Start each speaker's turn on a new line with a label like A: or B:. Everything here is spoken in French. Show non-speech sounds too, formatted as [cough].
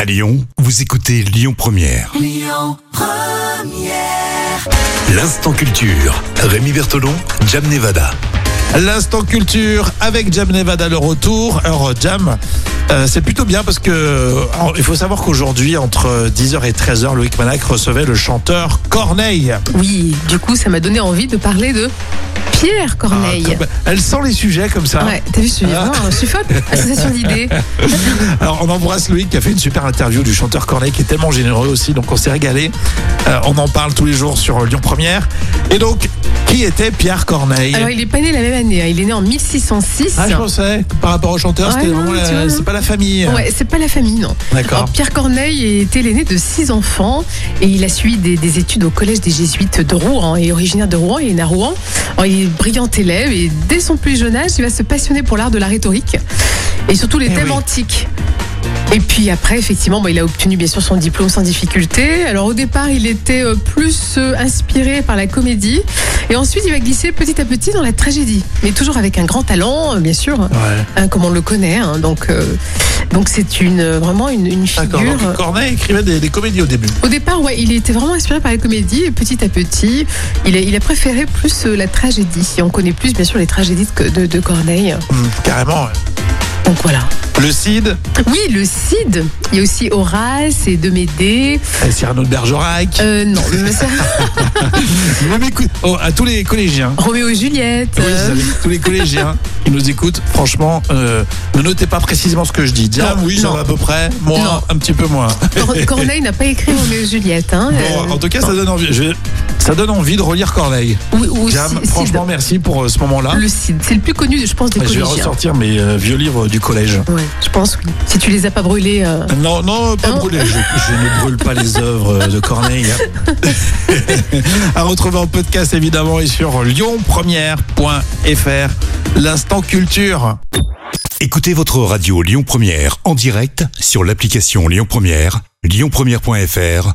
A: À Lyon, vous écoutez Lyon Première. Lyon Première. L'instant culture. Rémi Bertolon, Jam Nevada.
B: L'instant culture avec Jam Nevada le retour. Alors Jam, euh, c'est plutôt bien parce que alors, il faut savoir qu'aujourd'hui entre 10h et 13h, Loïc Manac recevait le chanteur Corneille. Ah,
C: Oui, du coup, ça m'a donné envie de parler de Pierre Corneille.
B: Ah, comme- elle sent les sujets comme ça.
C: Ouais, t'as vu, je suis vraiment
B: [laughs]
C: un suffop, association d'idées.
B: Alors on embrasse Loïc qui a fait une super interview du chanteur Corneille qui est tellement généreux aussi, donc on s'est régalé. Euh, on en parle tous les jours sur Lyon Première. Et donc, qui était Pierre Corneille
C: Alors, il est pas né la même année, hein, il est né en 1606.
B: Ah, je pensais, hein. que par rapport au chanteur,
C: Ouais,
B: c'était
C: non,
B: vraiment la-
C: tu vois,
B: c'est pas la famille.
C: Ouais, Ah, c'est pas la famille, non.
B: D'accord.
C: Alors, Pierre Corneille était l'aîné de six enfants et il a suivi des, des études au collège des Jésuites de Rouen. Il est originaire de Rouen, il est né à Rouen. Alors, il est brillant élève et dès son plus jeune âge, il va se passionner pour l'art de la rhétorique et surtout les
B: Eh
C: thèmes
B: oui.
C: antiques. Et puis après, effectivement, bon, il a obtenu bien sûr son diplôme sans difficulté. Alors au départ, il était euh, plus euh, inspiré par la comédie. Et ensuite, il va glisser petit à petit dans la tragédie. Mais toujours avec un grand talent, euh, bien sûr, hein,
B: Ouais.
C: hein, comme on le connaît. hein. donc euh, donc c'est une, euh, vraiment une, une figure.
B: D'accord. Donc Corneille écrivait des, des comédies au début.
C: Au départ, ouais, il était vraiment inspiré par la comédie et petit à petit, il a, il a préféré plus euh, la tragédie. Et on connaît plus, bien sûr, les tragédies de, de- de Corneille.
B: Hum, carrément. ouais.
C: Donc voilà.
B: Le Cid,
C: Oui, le Cid. Il y a aussi Horace et Demédée.
B: euh, Cyrano de Bergerac.
C: Euh, non,
B: [laughs]
C: mais ça-
B: Le Mécou- oh, à tous les collégiens.
C: Roméo et Juliette.
B: Oui,
C: euh,
B: vous savez, tous les [laughs] collégiens qui nous écoutent, franchement, euh, ne notez pas précisément ce que je dis. Diam,
C: Non,
B: oui, Euh. ça
C: non.
B: va à peu près. Moi,
C: Non.
B: un petit peu moins.
C: Euh, Cor- Corneille n'a pas écrit Roméo et Juliette. Hein,
B: Bon,
C: euh,
B: en tout cas, ça donne envie. je- ça donne envie de relire Corneille.
C: ou, ou
B: Diam,
C: Cid- Cid.
B: franchement, merci pour euh, ce moment-là.
C: Le Cid, c'est le plus connu, je pense, des
B: Je vais
C: collégiens.
B: ressortir mes euh, vieux livres du collège.
C: Ouais, je pense, oui. Si tu les as pas brûlés. euh,
B: Non, non, pas
C: Non.
B: brûlé. Je, je ne brûle pas les œuvres de Corneille. à retrouver en podcast évidemment et sur lyonpremière.fr. L'instant culture.
A: Écoutez votre radio Lyon Première en direct sur l'application Lyon Première, lyonpremière.fr